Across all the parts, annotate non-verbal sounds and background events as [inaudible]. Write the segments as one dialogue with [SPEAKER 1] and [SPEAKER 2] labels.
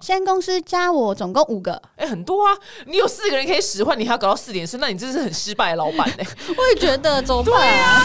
[SPEAKER 1] 现在公司加我总共五个，
[SPEAKER 2] 哎、很多啊！你有四个人可以使唤，你还要搞到四点睡，那你真是很失败的老板哎、
[SPEAKER 1] 我也觉得怎么办啊？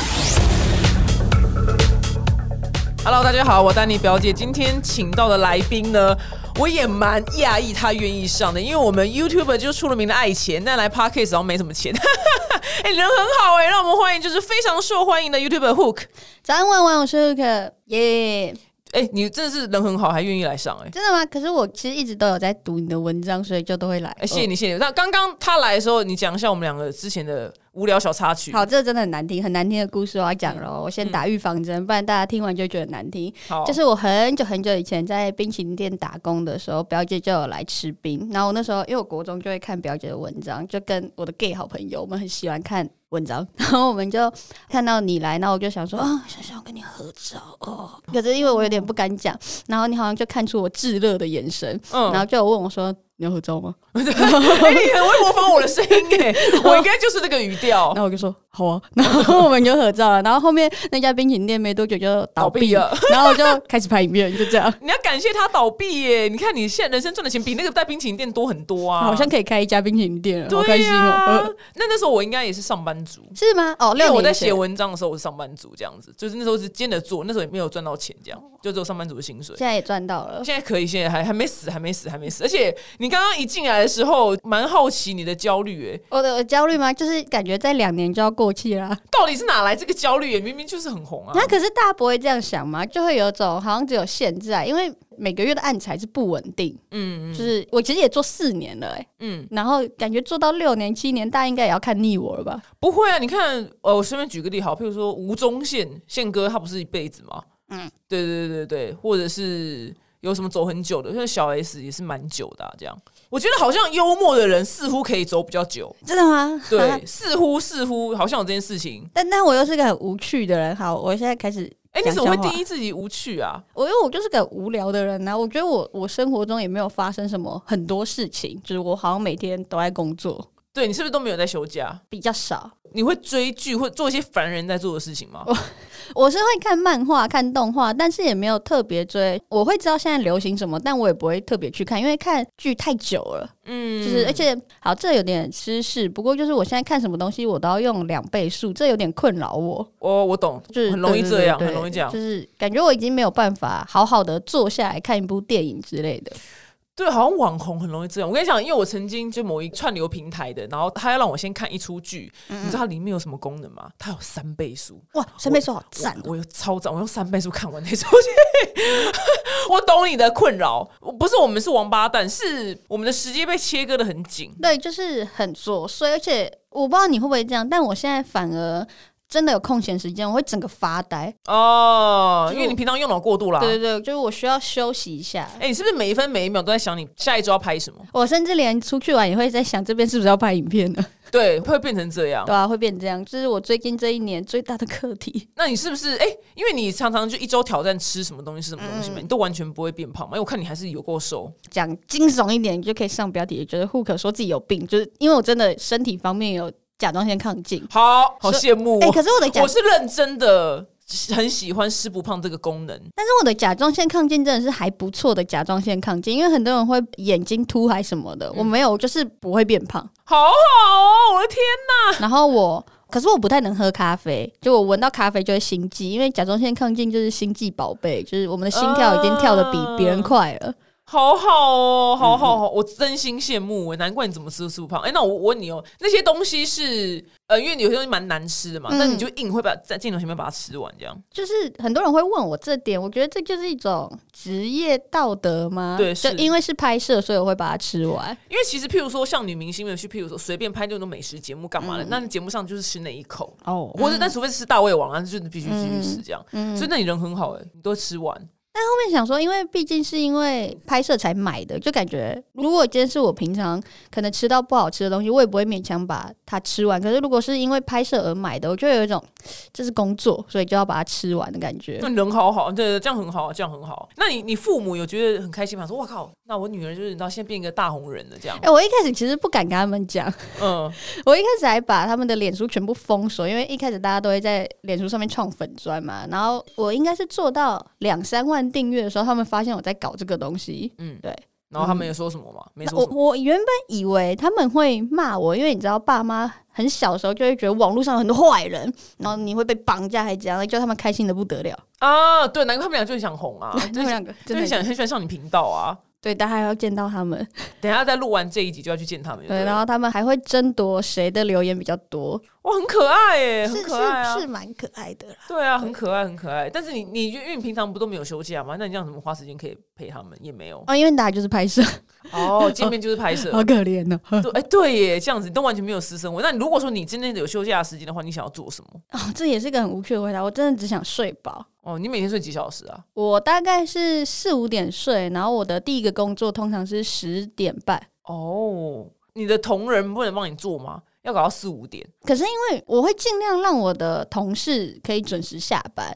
[SPEAKER 2] [laughs] Hello，大家好，我丹尼表姐。今天请到的来宾呢，我也蛮讶异他愿意上的，因为我们 YouTube 就出了名的爱钱，但来 Podcast 好像没什么钱。 [laughs] 哎、人很好哎、让我们欢迎就是非常受欢迎的 YouTuber Hook。
[SPEAKER 1] 早安晚安，我是 Hook，耶、
[SPEAKER 2] 哎、你真的是人很好，还愿意来上哎、
[SPEAKER 1] 真的吗？可是我其实一直都有在读你的文章，所以就都会来。哦
[SPEAKER 2] 哎、谢谢你，谢谢你。那刚刚他来的时候，你讲一下我们两个之前的无聊小插曲。
[SPEAKER 1] 好，这个真的很难听，很难听的故事我要讲哦喽。我先打预防针，不然大家听完就觉得难听。
[SPEAKER 2] 好，
[SPEAKER 1] 就是我很久很久以前在冰淇淋店打工的时候，表姐就有来吃冰。然后我那时候因为我国中就会看表姐的文章，就跟我的 gay 好朋友，我们很喜欢看文章。 [laughs] 然后我们就看到你来，然后我就想
[SPEAKER 2] 哦
[SPEAKER 1] 说，啊，想想要跟你合照哦。可是因为我有点不敢讲，然后你好像就看出我炙热的眼神，
[SPEAKER 2] 嗯
[SPEAKER 1] 然后就有问我说，你要合照吗？
[SPEAKER 2] 哎、 [laughs] 你很会模仿我的声音哎、我应该就是这个语调
[SPEAKER 1] 然。后我就说好啊， [laughs] 然后我们就合照了。然后后面那家冰淇淋店没多久就倒闭
[SPEAKER 2] [laughs] 倒
[SPEAKER 1] 了，然后我就开始拍影片，就这样。
[SPEAKER 2] 你要感谢他倒闭耶！你看你现在人生赚的钱比那个在冰淇淋店多很多啊，
[SPEAKER 1] 好像可以开一家冰淇淋店了，好开
[SPEAKER 2] 对
[SPEAKER 1] 心
[SPEAKER 2] 呀、
[SPEAKER 1] 哦！
[SPEAKER 2] 那那时候我应该也是上班族，
[SPEAKER 1] 是吗？哦，
[SPEAKER 2] 因为
[SPEAKER 1] 六
[SPEAKER 2] 我
[SPEAKER 1] 年
[SPEAKER 2] 在写
[SPEAKER 1] 前
[SPEAKER 2] 文章的时候我是上班族，这样子，就是那时候是兼着做，那时候也没有赚到钱，这样就只有上班族的薪水。
[SPEAKER 1] 现在也赚到了。
[SPEAKER 2] 现在可以，现在还还没死，还没死，还没死。而且你刚刚一进来的时候，蛮好奇你的焦虑，诶，
[SPEAKER 1] 我的焦虑吗？就是感觉在两年就要过期啦。
[SPEAKER 2] 到底是哪来这个焦虑？明明就是很红啊
[SPEAKER 1] 那、！可是大家不会这样想吗？就会有种好像只有限制啊，因为每个月的案材是不稳定。
[SPEAKER 2] 嗯嗯
[SPEAKER 1] 就是我其实也做四年了、欸，
[SPEAKER 2] 嗯，
[SPEAKER 1] 然后感觉做到六年、七年，大家应该也要看腻我了吧？
[SPEAKER 2] 不会啊！你看，呃，我随便举个例好，譬如说吴宗宪宪哥，他不是一辈子吗？嗯
[SPEAKER 1] 嗯，
[SPEAKER 2] 对对对对对，或者是有什么走很久的，像小 S 也是蛮久的、啊，这样。我觉得好像幽默的人似乎可以走比较久，
[SPEAKER 1] 真的吗？啊
[SPEAKER 2] 对，似乎似乎好像有这件事情。
[SPEAKER 1] 但但我又是个很无趣的人。好，我现在开始。
[SPEAKER 2] 哎、你怎么会定
[SPEAKER 1] 义？
[SPEAKER 2] 义自己无趣啊？
[SPEAKER 1] 我因为我就是个无聊的人呐、啊我觉得我我生活中也没有发生什么很多事情，就是我好像每天都在工作，
[SPEAKER 2] 对你是不是都没有在休假？
[SPEAKER 1] 比较少。
[SPEAKER 2] 你会追剧或做一些凡人在做的事情吗？
[SPEAKER 1] 我是会看漫画、看动画，但是也没有特别追。我会知道现在流行什么，但我也不会特别去看，因为看剧太久了。
[SPEAKER 2] 嗯
[SPEAKER 1] 就是而且好，这有点私事，不过就是我现在看什么东西我都要用两倍速，这有点困扰我。
[SPEAKER 2] 我我懂，
[SPEAKER 1] 就是
[SPEAKER 2] 很容易这样，
[SPEAKER 1] 对对对
[SPEAKER 2] 很容易这样。
[SPEAKER 1] 就是感觉我已经没有办法好好的坐下来看一部电影之类的。
[SPEAKER 2] 对，好像网红很容易这样。我跟你讲，因为我曾经就某一串流平台的，然后他要让我先看一出剧，你知道它里面有什么功能吗？它有三倍速，
[SPEAKER 1] 哇，三倍速好赞哦！
[SPEAKER 2] 我有超赞，我用三倍速看完那出剧。 [laughs] 我懂你的困扰，我不是我们是王八蛋，是我们的时间被切割的很紧。
[SPEAKER 1] 对，就是很琐碎，而且我不知道你会不会这样，但我现在反而真的有空闲时间，我会整个发呆。
[SPEAKER 2] 哦，
[SPEAKER 1] 就是
[SPEAKER 2] 因为你平常用脑过度啦。
[SPEAKER 1] 对对对，就是我需要休息一下。
[SPEAKER 2] 哎、你是不是每一分每一秒都在想你下一周要拍什么？
[SPEAKER 1] 我甚至连出去玩也会在想这边是不是要拍影片呢？
[SPEAKER 2] 对，会变成这样。
[SPEAKER 1] 对啊，会变这样，这是我最近这一年最大的课题。
[SPEAKER 2] 那你是不是哎、因为你常常就一周挑战吃什么东西是什么东西
[SPEAKER 1] 嗯
[SPEAKER 2] 嘛，你都完全不会变胖嘛？因为我看你还是有够瘦。
[SPEAKER 1] 讲惊悚一点，你就可以上标题，就是 Hook 说自己有病，就是因为我真的身体方面有甲状腺亢进。
[SPEAKER 2] 好好
[SPEAKER 1] 所
[SPEAKER 2] 羡慕
[SPEAKER 1] 哎、
[SPEAKER 2] 哦、
[SPEAKER 1] 可是我的甲
[SPEAKER 2] 我，是认真的，很喜欢吃不胖这个功能。
[SPEAKER 1] 但是我的甲状腺亢进真的是还不错的甲状腺亢进，因为很多人会眼睛凸还什么的，我没有，我就是不会变胖。
[SPEAKER 2] 好好哦，我的天哪！
[SPEAKER 1] 然后我，可是我不太能喝咖啡，就我闻到咖啡就会心悸，因为甲状腺亢进就是心悸宝贝，就是我们的心跳已经跳得比别人快了。
[SPEAKER 2] 好好哦，好好
[SPEAKER 1] 嗯
[SPEAKER 2] 好，我真心羡慕哎，难怪你怎么吃都吃不胖。哎、那我我问你哦，那些东西是呃，因为有些东西蛮难吃的嘛，
[SPEAKER 1] 嗯
[SPEAKER 2] 那、你就硬会把在镜头前面把它吃完这样。
[SPEAKER 1] 就是很多人会问我这点，我觉得这就是一种职业道德吗？
[SPEAKER 2] 对
[SPEAKER 1] 就是因为是拍摄，所以我会把它吃完。
[SPEAKER 2] 因为其实譬如说像女明星们去，譬如说随便拍那种美食节目干
[SPEAKER 1] 嗯
[SPEAKER 2] 嘛的，那你节目上就是吃那一口，
[SPEAKER 1] 哦
[SPEAKER 2] 或者但除非是吃大胃王，那就是必须继续吃这样。
[SPEAKER 1] 嗯
[SPEAKER 2] 所以那你人很好哎，你都吃完。
[SPEAKER 1] 后面想说，因为毕竟是因为拍摄才买的，就感觉如果今天是我平常可能吃到不好吃的东西，我也不会勉强把它吃完。可是如果是因为拍摄而买的，我就会有一种这是工作，所以就要把它吃完的感觉
[SPEAKER 2] 那。人好好，对，这样很好，这样很好。那你你父母有觉得很开心吗？说哇靠，那我女儿就是你知道现在变一个大红人了这样
[SPEAKER 1] 哎、。我一开始其实不敢跟他们讲，
[SPEAKER 2] 嗯，
[SPEAKER 1] 我一开始还把他们的脸书全部封锁，因为一开始大家都会在脸书上面创粉砖嘛。然后我应该是做到两三万订阅的时候，他们发现我在搞这个东西。[laughs]
[SPEAKER 2] 嗯
[SPEAKER 1] 嗯，对。嗯
[SPEAKER 2] 然后他们也说什么吗？没
[SPEAKER 1] 那
[SPEAKER 2] 说
[SPEAKER 1] 我
[SPEAKER 2] 什么。
[SPEAKER 1] 我原本以为他们会骂我，因为你知道，爸妈很小时候就会觉得网络上有很多坏人，然后你会被绑架还是怎样，叫他们开心的不得了。
[SPEAKER 2] 啊，对，难怪他们俩就很想红
[SPEAKER 1] [laughs]
[SPEAKER 2] 啊，
[SPEAKER 1] 他
[SPEAKER 2] 就
[SPEAKER 1] 们
[SPEAKER 2] 是
[SPEAKER 1] 两个
[SPEAKER 2] 就
[SPEAKER 1] 真的
[SPEAKER 2] 是想很喜欢上你频道啊。
[SPEAKER 1] 对，但还要见到他们，
[SPEAKER 2] 等一下再录完这一集就要去见他们，
[SPEAKER 1] 对，
[SPEAKER 2] 对了
[SPEAKER 1] 然后他们还会争夺谁的留言比较多，
[SPEAKER 2] 哇，很可爱耶，
[SPEAKER 3] 是
[SPEAKER 2] 很可爱啊
[SPEAKER 3] 是，是蛮可爱的啦。
[SPEAKER 2] 对啊，很可爱，很可爱。但是你你因为你平常不都没有休假吗？那你这样怎么花时间可以陪他们？也没有
[SPEAKER 1] 哦，因为大家就是拍摄，
[SPEAKER 2] 哦，见面就是拍摄，
[SPEAKER 1] 好可怜哦。
[SPEAKER 2] 对，哎、对耶，这样子你都完全没有私生活。那你如果说你真的有休假的时间的话，你想要做什么？
[SPEAKER 1] 哦，这也是一个很无趣的回答，我真的只想睡饱。
[SPEAKER 2] 哦，你每天睡几小时啊？
[SPEAKER 1] 我大概是四五点睡，然后我的第一个工作通常是十点半。
[SPEAKER 2] 哦，你的同仁不能帮你做吗？要搞到四五点
[SPEAKER 1] 可是因为我会尽量让我的同事可以准时下班，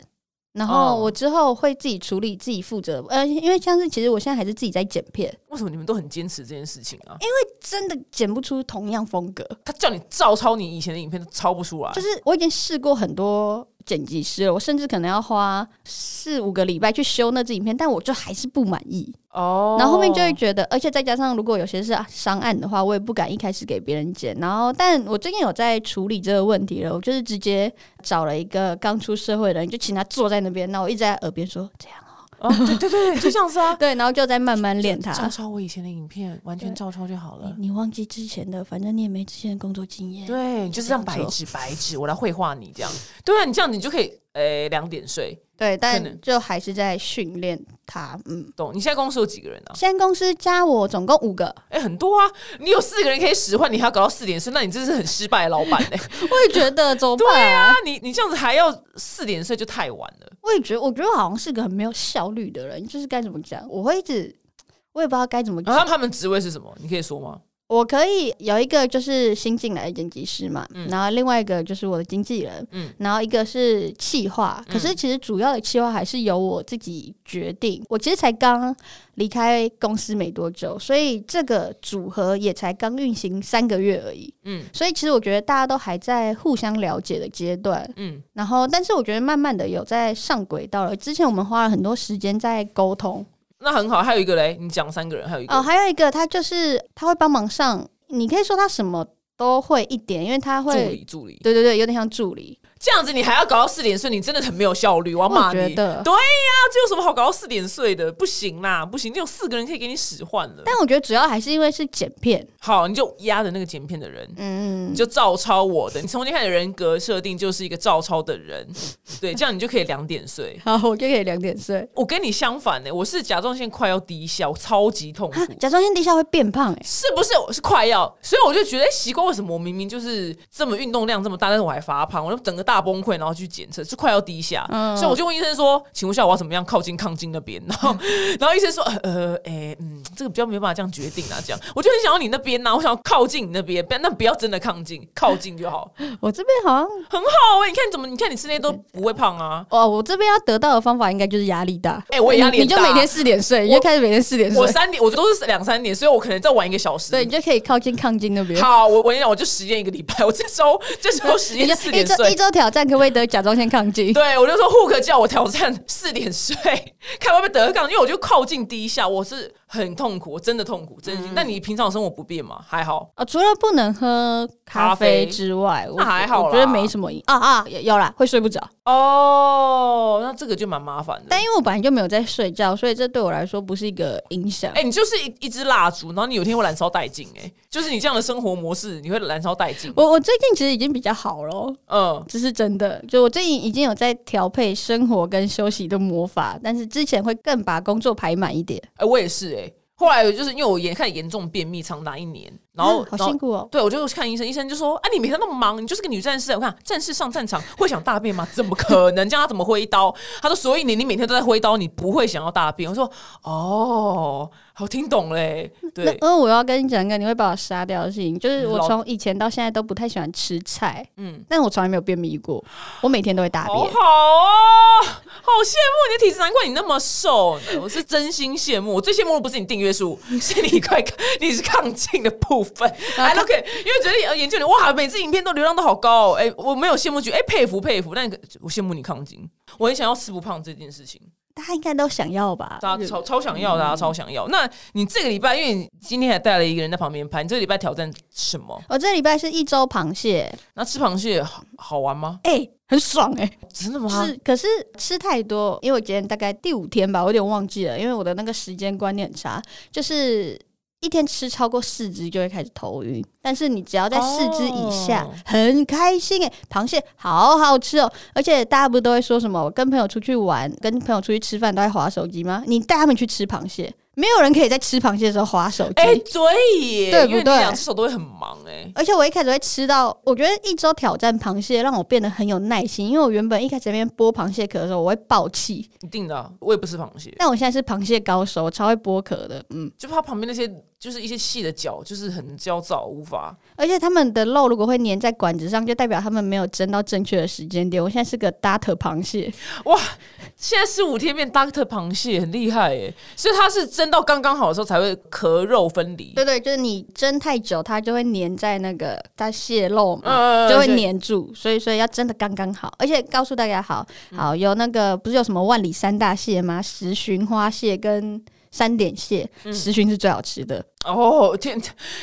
[SPEAKER 1] 然后
[SPEAKER 2] 哦
[SPEAKER 1] 我之后会自己处理、自己负责。呃，因为像是其实我现在还是自己在剪片，
[SPEAKER 2] 为什么你们都很坚持这件事情啊？
[SPEAKER 1] 真的剪不出同样风格。
[SPEAKER 2] 他叫你照抄你以前的影片都抄不出来，
[SPEAKER 1] 就是我已经试过很多剪辑师了，我甚至可能要花四五个礼拜去修那支影片，但我就还是不满意。
[SPEAKER 2] 哦
[SPEAKER 1] 然后后面就会觉得，而且再加上如果有些是商案的话，我也不敢一开始给别人剪。然后，但我最近有在处理这个问题了，我就是直接找了一个刚出社会的人，就请他坐在那边，那我一直在耳边说这样，，
[SPEAKER 2] 哦，对对对，就像是
[SPEAKER 1] [laughs]
[SPEAKER 2] 啊
[SPEAKER 1] 对，然后就在慢慢练他。
[SPEAKER 2] 照抄我以前的影片，完全照抄就好
[SPEAKER 1] 哎
[SPEAKER 2] 了。
[SPEAKER 1] 你忘记之前的，反正你也没之前的工作经验。
[SPEAKER 2] 对，你就是这样白纸白纸，我来绘画你这样。对啊，你这样你就可以，诶，两点睡，
[SPEAKER 1] 对，
[SPEAKER 2] 可能
[SPEAKER 1] 但就还是在训练他。嗯，
[SPEAKER 2] 懂？你现在公司有几个人啊？
[SPEAKER 1] 现在公司加我总共五个，
[SPEAKER 2] 哎、很多啊！你有四个人可以使唤，你还要搞到四点睡，那你真是很失败的老板 [laughs] 哎、
[SPEAKER 1] 我也觉 [laughs] 得怎么办啊？
[SPEAKER 2] 那你你这样子还要四点睡就太晚了。
[SPEAKER 1] 我也觉得，我觉得我好像是个很没有效率的人，就是该怎么讲，我会一直，我也不知道该怎么讲
[SPEAKER 2] 然。后他们职位是什么？你可以说吗？
[SPEAKER 1] 我可以有一个就是新进来的剪辑师嘛，然后另外一个就是我的经纪人，
[SPEAKER 2] 嗯
[SPEAKER 1] 然后一个是企划。可是其实主要的企划还是由我自己决定。我其实才刚离开公司没多久，所以这个组合也才刚运行三个月而已。
[SPEAKER 2] 嗯
[SPEAKER 1] 所以其实我觉得大家都还在互相了解的阶段。
[SPEAKER 2] 嗯，
[SPEAKER 1] 然后，但是我觉得慢慢的有在上轨道了。之前我们花了很多时间在沟通，
[SPEAKER 2] 那很好。还有一个嘞，你讲三个人，还有一个
[SPEAKER 1] 哦，还有一个他就是他会帮忙上，你可以说他什么都会一点，因为他
[SPEAKER 2] 助
[SPEAKER 1] 会，
[SPEAKER 2] 理助理。
[SPEAKER 1] 对对对，有点像助理。
[SPEAKER 2] 这样子你还要搞到四点睡，你真的很没有效率。我要骂
[SPEAKER 1] 我
[SPEAKER 2] 你。
[SPEAKER 1] 觉
[SPEAKER 2] 那
[SPEAKER 1] 得，
[SPEAKER 2] 这有什么好搞到四点睡的？不行啦，不行！你有四个人可以给你使唤了。
[SPEAKER 1] 但我觉得主要还是因为是剪片，
[SPEAKER 2] 好，你就压着那个剪片的人，
[SPEAKER 1] 嗯
[SPEAKER 2] 你，就照抄我的。你从今天开始人格设定就是一个照抄的人，对，这样你就可以两点睡。
[SPEAKER 1] 好，我就可以两点睡。
[SPEAKER 2] 我跟你相反呢、我是甲状腺快要低下， [laughs] 我超级痛苦
[SPEAKER 1] 啊。甲状腺低下会变胖哎、
[SPEAKER 2] 是不是我是快要？所以我就觉得哎奇怪，为什么我明明就是这么运动量这么大，但是我还发胖，我就整个大崩溃，然后去检测是快要低下，
[SPEAKER 1] 嗯
[SPEAKER 2] 所以我就问医生说，请问一下我要怎么样靠近抗筋那边？
[SPEAKER 1] [laughs]
[SPEAKER 2] 然后，然后医生说，呃呃，哎、嗯，这个比较没办法这样决定啊，这样我就很想要你那边呐、啊我想要靠近你那边，不要那不要真的靠近，靠近
[SPEAKER 1] [laughs]
[SPEAKER 2] 就好。
[SPEAKER 1] [laughs] 我这边好像，
[SPEAKER 2] 很好哎、你看你怎么，你看你吃那些都不会胖啊。
[SPEAKER 1] 哦，我这边要得到的方法应该就是压力大。
[SPEAKER 2] 哎我也压力
[SPEAKER 1] 你，你就
[SPEAKER 2] 大
[SPEAKER 1] 每天四点睡，你
[SPEAKER 2] 我
[SPEAKER 1] 就开始每天四点睡
[SPEAKER 2] 我，三点，我都是两三点，所以我可能再晚一个小时。
[SPEAKER 1] 对，你就可以靠近抗筋那边。
[SPEAKER 2] 好，我我跟你讲，我就实验一个礼拜，我这周这周实
[SPEAKER 1] 你
[SPEAKER 2] 验
[SPEAKER 1] 就
[SPEAKER 2] 四
[SPEAKER 1] 一
[SPEAKER 2] 点
[SPEAKER 1] 周一
[SPEAKER 2] 睡。
[SPEAKER 1] 周挑战可不可以得甲状腺亢
[SPEAKER 2] [laughs]
[SPEAKER 1] 进？
[SPEAKER 2] 对，我就说 Hook 叫我挑战 [laughs] 四点睡，看会不会得杠，因为我就靠近低下，我是很痛苦，我真的痛苦，
[SPEAKER 1] 嗯
[SPEAKER 2] 真心。那你平常生活不便吗？还好，
[SPEAKER 1] 啊，除了不能喝咖啡之外，我
[SPEAKER 2] 那还好啦
[SPEAKER 1] 我觉得没什么影啊啊，有有啦，会睡不着。
[SPEAKER 2] 哦，那这个就蛮麻烦的。
[SPEAKER 1] 但因为我本来就没有在睡觉，所以这对我来说不是一个影响。
[SPEAKER 2] 哎、你就是一一支蜡烛，然后你有一天会燃烧殆尽，哎，就是你这样的生活模式，你会燃烧殆尽。
[SPEAKER 1] 我我最近其实已经比较好了，
[SPEAKER 2] 嗯，
[SPEAKER 1] 这是真的。就我最近已经有在调配生活跟休息的魔法，但是之前会更把工作排满一点，
[SPEAKER 2] 哎、我也是、哎，后来就是因为我严开始严重便秘，长达一年，然后、
[SPEAKER 1] 嗯好
[SPEAKER 2] 然后
[SPEAKER 1] 辛苦哦。
[SPEAKER 2] 对，我就去看医生，医生就说：“啊，你每天那么忙，你就是个女战士。我看战士上战场会想大便吗？怎么可能？这样他怎么挥刀？”他说：“所以你你每天都在挥刀，你不会想要大便。”我说：“哦，好听懂嘞。”
[SPEAKER 1] 那呃
[SPEAKER 2] 对，
[SPEAKER 1] 而我要跟你讲一个你会把我杀掉的事情，就是我
[SPEAKER 2] 老
[SPEAKER 1] 从以前到现在都不太喜欢吃菜，
[SPEAKER 2] 嗯
[SPEAKER 1] 嗯，但我从来没有便秘过，我每天都会大便
[SPEAKER 2] 哦好。好哦，好羡慕你的体质，难怪你那么瘦。我是真心羡慕，我最羡慕的不是你订阅数，是你快你是抗进的部分。
[SPEAKER 1] 然 [laughs]
[SPEAKER 2] I
[SPEAKER 1] 后
[SPEAKER 2] don't care，因为觉得呃研究你哇，每次影片都流量都好高、哦，哎、我没有羡慕觉得哎、佩服佩服，但我羡慕你抗金，我很想要吃不胖这件事情。
[SPEAKER 1] 大家应该都想要吧？
[SPEAKER 2] 大家
[SPEAKER 1] 日
[SPEAKER 2] 超超想要的、
[SPEAKER 1] 嗯
[SPEAKER 2] 啊，超想要。那你这个礼拜，因为你今天还带了一个人在旁边拍，你这个礼拜挑战什么？
[SPEAKER 1] 我哦这礼拜是一周螃蟹，
[SPEAKER 2] 那吃螃蟹好好玩吗？
[SPEAKER 1] 哎、很爽哎、
[SPEAKER 2] 真的吗？
[SPEAKER 1] 是，可是吃太多，因为我今天大概第五天吧，我有点忘记了，因为我的那个时间观念很差，就是一天吃超过四只就会开始头晕，但是你只要在四只以下，
[SPEAKER 2] 哦
[SPEAKER 1] 很开心诶、螃蟹好好吃哦，而且大家不都会说什么，我跟朋友出去玩，跟朋友出去吃饭都在划手机吗？你带他们去吃螃蟹，没有人可以在吃螃蟹的时候划手机。
[SPEAKER 2] 哎、对耶，
[SPEAKER 1] 对不
[SPEAKER 2] 因为你
[SPEAKER 1] 对
[SPEAKER 2] 两只手都会很忙哎、
[SPEAKER 1] 而且我一开始会吃到，我觉得一周挑战螃蟹让我变得很有耐心，因为我原本一开始在那边剥螃蟹壳的时候，我会爆气，
[SPEAKER 2] 一定的啊、我也不吃螃蟹，
[SPEAKER 1] 但我现在是螃蟹高手，我超会剥壳的，嗯，
[SPEAKER 2] 就怕旁边那些就是一些细的脚，就是很焦躁，无法。
[SPEAKER 1] 而且他们的肉如果会粘在管子上，就代表他们没有蒸到正确的时间点。我现在是个 dart 螃蟹，
[SPEAKER 2] 现在十五天变 Doctor 螃蟹很厉害哎，所以它是蒸到刚刚好的时候才会壳肉分离，
[SPEAKER 1] 对对，就是你蒸太久，它就会粘在那个它蟹肉嘛，
[SPEAKER 2] 嗯
[SPEAKER 1] 就会
[SPEAKER 2] 对
[SPEAKER 1] 粘住，所以所以要蒸的刚刚好。而且告诉大家，好好有那个不是有什么万里三大蟹吗？石鲟花蟹跟三点蟹，石鲟是最好吃的。
[SPEAKER 2] 哦天，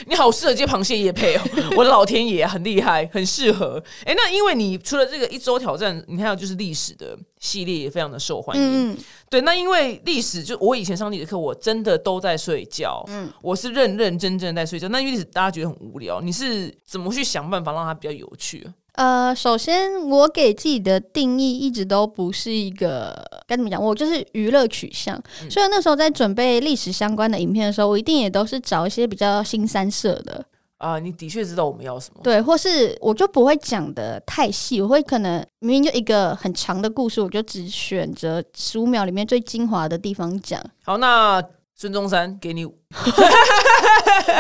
[SPEAKER 2] 你好适合接螃蟹
[SPEAKER 1] [laughs]
[SPEAKER 2] 叶配哦！我的老天爷，很厉害，很适合。哎、那因为你除了这个一周挑战，你还有就是历史的系列也非常的受欢迎。
[SPEAKER 1] 嗯，
[SPEAKER 2] 对，那因为历史就我以前上历史课，我真的都在睡觉，嗯，我是认认真真地在睡觉。那因为历史大家觉得很无聊，你是怎么去想办法让它比较有趣？
[SPEAKER 1] 呃，首先，我给自己的定义一直都不是一个该怎么讲，我就是娱乐取向。所以那时候在准备历史相关的影片的时候，我一定也都是找一些比较新三色的，
[SPEAKER 2] 啊、你的确知道我们要什么。
[SPEAKER 1] 对，或是我就不会讲的太细，我会可能明明就一个很长的故事，我就只选择十五秒里面最精华的地方讲。
[SPEAKER 2] 好，那孙中山给你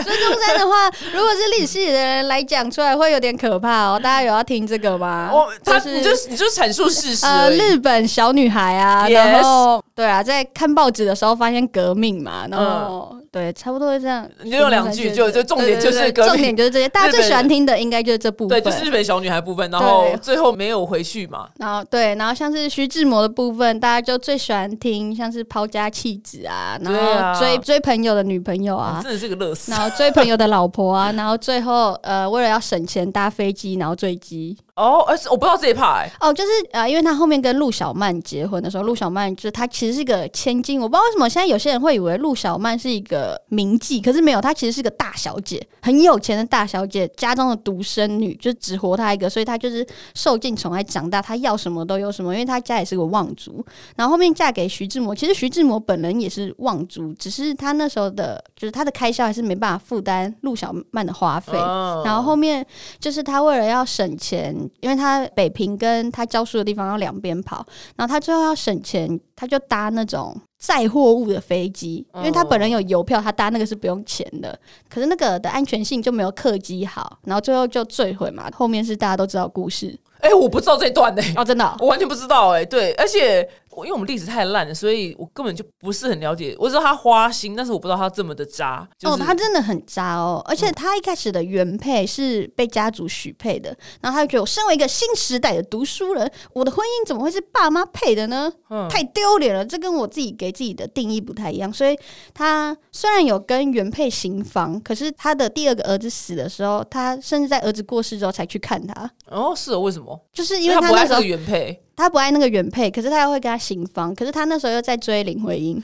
[SPEAKER 1] 所以中山的话，如果是历史系的人来讲出来，会有点可怕哦。大家有要听这个吗？
[SPEAKER 2] 哦，他
[SPEAKER 1] 啊就是
[SPEAKER 2] 你就你就阐述事实
[SPEAKER 1] 呃，
[SPEAKER 2] 而已。
[SPEAKER 1] 日本小女孩啊
[SPEAKER 2] Yes
[SPEAKER 1] 然后对啊，在看报纸的时候发现革命嘛，然后、对，差不多是这样。
[SPEAKER 2] 嗯你就用两句就就重
[SPEAKER 1] 对
[SPEAKER 2] 点
[SPEAKER 1] 对
[SPEAKER 2] 就是
[SPEAKER 1] 对
[SPEAKER 2] 革命
[SPEAKER 1] 重点就是这些，大家最喜欢听的应该就是这部
[SPEAKER 2] 对，
[SPEAKER 1] 分。
[SPEAKER 2] 就是日本小女孩部分，然后
[SPEAKER 1] 对
[SPEAKER 2] 最后没有回去嘛。
[SPEAKER 1] 然后对，然后像是徐志摩的部分，大家就最喜欢听，像是抛家弃子啊，然
[SPEAKER 2] 对啊
[SPEAKER 1] 后追、追朋友的女朋友啊
[SPEAKER 2] 你，嗯真的是个乐死
[SPEAKER 1] 然后追朋友的老婆啊，然后最后呃，为了要省钱搭飞机，然后坠机。
[SPEAKER 2] 哦！而且我不知道这一趴、欸，
[SPEAKER 1] 哦，就是呃，因为他后面跟陆小曼结婚的时候，陆小曼就是她其实是个千金，我不知道为什么现在有些人会以为陆小曼是一个名妓，可是没有，她其实是个大小姐，很有钱的大小姐，家中的独生女，就只活她一个，所以她就是受尽宠爱长大，她要什么都有什么，因为她家也是个望族。然后后面嫁给徐志摩，其实徐志摩本人也是望族，只是他那时候的就是他的开销还是没办法负担陆小曼的花费，
[SPEAKER 2] 嗯
[SPEAKER 1] 然后后面就是他为了要省钱，因为他北平跟他教书的地方要两边跑，然后他最后要省钱，他就搭那种载货物的飞机，因为他本人有邮票，他搭那个是不用钱的。可是那个的安全性就没有客机好，然后最后就坠毁嘛。后面是大家都知道的故事
[SPEAKER 2] 哎、我不知道这一段呢、欸
[SPEAKER 1] 哦，真的哦、
[SPEAKER 2] 我完全不知道哎、欸对，而且我因为我们历史太烂了，所以我根本就不是很了解。我知道他花心，但是我不知道他这么的渣。就是、嗯
[SPEAKER 1] 哦，他真的很渣哦，而且他一开始的原配是被家族许配的，然后他就觉得我身为一个新时代的读书人，我的婚姻怎么会是爸妈配的呢？
[SPEAKER 2] 嗯
[SPEAKER 1] 太丢脸了，这跟我自己给自己的定义不太一样。所以他虽然有跟原配行房，可是他的第二个儿子死的时候，他甚至在儿子过世之后才去看他，
[SPEAKER 2] 哦，是哦，为什么？
[SPEAKER 1] 就是因为
[SPEAKER 2] 他
[SPEAKER 1] 他
[SPEAKER 2] 不爱
[SPEAKER 1] 那时
[SPEAKER 2] 这
[SPEAKER 1] 候
[SPEAKER 2] 个原配
[SPEAKER 1] 他不爱那个原配，可是他又会跟他行房，可是他那时候又在追林徽因。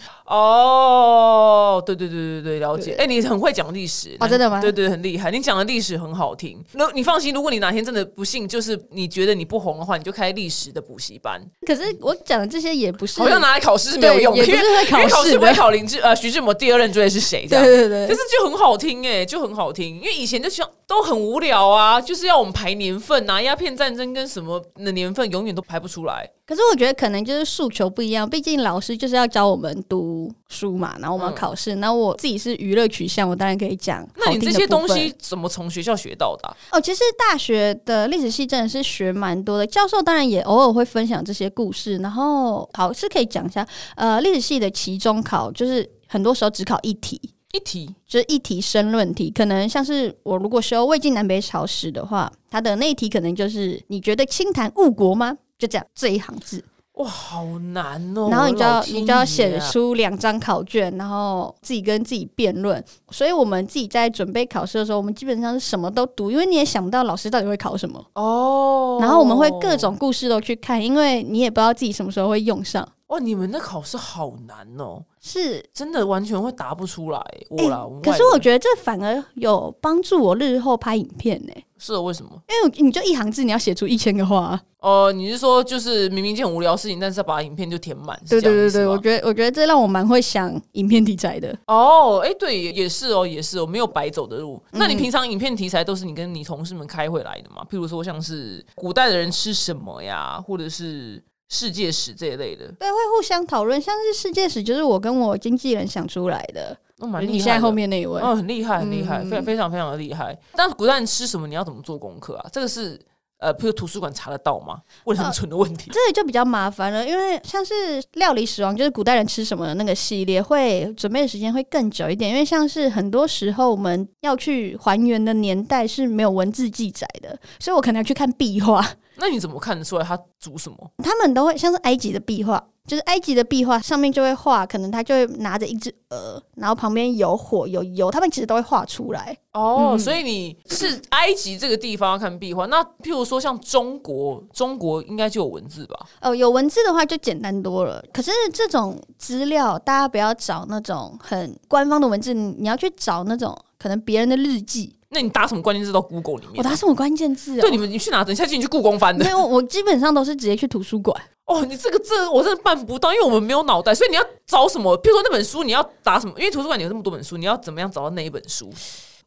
[SPEAKER 2] 哦，对对对对对，了解。
[SPEAKER 1] 对
[SPEAKER 2] 哎、你很会讲历史
[SPEAKER 1] 哦真的吗
[SPEAKER 2] 对对，很厉害。你讲的历史很好听。那你放心，如果你哪天真的不幸，就是你觉得你不红的话，你就开历史的补习班。
[SPEAKER 1] 可是我讲的这些也不是
[SPEAKER 2] 好像拿来考试是没有
[SPEAKER 1] 对
[SPEAKER 2] 用的，
[SPEAKER 1] 也
[SPEAKER 2] 因
[SPEAKER 1] 不
[SPEAKER 2] 为
[SPEAKER 1] 是会
[SPEAKER 2] 因为
[SPEAKER 1] 考
[SPEAKER 2] 考
[SPEAKER 1] 试
[SPEAKER 2] 试不会
[SPEAKER 1] 的
[SPEAKER 2] 考林志呃徐志摩第二任追的是谁这
[SPEAKER 1] 对
[SPEAKER 2] 样。
[SPEAKER 1] 对对
[SPEAKER 2] [laughs] 但
[SPEAKER 1] 对
[SPEAKER 2] 是就很好听哎、就很好听，因为以前就像都很无聊啊，就是要我们排年份啊，鸦片战争跟什么的年份永远都排不出来。
[SPEAKER 1] 可是我觉得可能就是诉求不一样，毕竟老师就是要教我们读书嘛，然后我们要考试。那、我自己是娱乐取向，我当然可以讲好
[SPEAKER 2] 嗯那
[SPEAKER 1] 听的部分。
[SPEAKER 2] 你这些东西怎么从学校学到的啊、
[SPEAKER 1] 哦，其实大学的历史系真的是学蛮多的，教授当然也偶尔会分享这些故事。然后好是可以讲一下，呃，历史系的期中考就是很多时候只考一题，
[SPEAKER 2] 一题
[SPEAKER 1] 就是一题申论题，可能像是我如果修魏晋南北朝史的话，它的那一题可能就是你觉得清谈误国吗？就这样这一行字。
[SPEAKER 2] 哇，好难哦！
[SPEAKER 1] 然后你就要
[SPEAKER 2] 我老天
[SPEAKER 1] 你就要
[SPEAKER 2] 爷
[SPEAKER 1] 写
[SPEAKER 2] 啊
[SPEAKER 1] 出两张考卷，然后自己跟自己辩论。所以我们自己在准备考试的时候，我们基本上是什么都读，因为你也想不到老师到底会考什么。
[SPEAKER 2] 哦。
[SPEAKER 1] 然后我们会各种故事都去看，因为你也不知道自己什么时候会用上。
[SPEAKER 2] 哇，你们那考试好难哦，
[SPEAKER 1] 是，
[SPEAKER 2] 真的完全会答不出来。我啦，
[SPEAKER 1] 可是我
[SPEAKER 2] 得
[SPEAKER 1] 觉得这反而有帮助我日后拍影片呢、
[SPEAKER 2] 是哦为什么？
[SPEAKER 1] 因为你就一行字，你要写出一千个话啊、
[SPEAKER 2] 哦，你是说就是明明一件很无聊的事情，但是要把影片就填满？
[SPEAKER 1] 对对
[SPEAKER 2] 是这样
[SPEAKER 1] 对
[SPEAKER 2] 意思
[SPEAKER 1] 对，
[SPEAKER 2] 吗
[SPEAKER 1] 我觉得我觉得这让我蛮会想影片题材的。
[SPEAKER 2] 哦，哎、对，也也是哦，也是哦，没有白走的路。那你
[SPEAKER 1] 嗯
[SPEAKER 2] 平常影片题材都是你跟你同事们开会来的吗？譬如说像是古代的人吃什么呀，或者是世界史这一类的，
[SPEAKER 1] 对，会互相讨论，像是世界史，就是我跟我经纪人想出来的。
[SPEAKER 2] 那蛮
[SPEAKER 1] 你
[SPEAKER 2] 厉
[SPEAKER 1] 现在
[SPEAKER 2] 害
[SPEAKER 1] 后
[SPEAKER 2] 的。
[SPEAKER 1] 面那一位，
[SPEAKER 2] 嗯，很厉害，很厉害，非、
[SPEAKER 1] 嗯
[SPEAKER 2] 非常非常的厉害。但古代人吃什么，你要怎么做功课啊？这个是呃，譬如图书馆查得到吗？ [laughs] 问
[SPEAKER 1] 呃
[SPEAKER 2] 很蠢的问题。
[SPEAKER 1] 这个就比较麻烦了，因为像是料理死亡，就是古代人吃什么的那个系列，会准备的时间会更久一点。因为像是很多时候我们要去还原的年代是没有文字记载的，所以我可能要去看壁画，
[SPEAKER 2] 那你怎么看得出来他煮什么？
[SPEAKER 1] 他们都会像是埃及的壁画，就是埃及的壁画上面就会画，可能他就会拿着一只鹅，然后旁边有火有油，他们其实都会画出来。
[SPEAKER 2] 哦，
[SPEAKER 1] 嗯
[SPEAKER 2] 所以你是埃及这个地方要看壁画，那譬如说像中国，中国应该就有文字吧？
[SPEAKER 1] 哦，有文字的话就简单多了。可是这种资料，大家不要找那种很官方的文字，你你要去找那种可能别人的日记。
[SPEAKER 2] 那你打什么关键字到 Google 里面？
[SPEAKER 1] 我打什么关键字、哦？
[SPEAKER 2] 对，你们你去哪？等一下进去故宫翻
[SPEAKER 1] 没
[SPEAKER 2] 的。
[SPEAKER 1] 有，我基本上都是直接去图书馆。
[SPEAKER 2] 哦，你这个这我真的办不到，因为我们没有脑袋，所以你要找什么？譬如说那本书，你要打什么？因为图书馆有那么多本书，你要怎么样找到那一本书？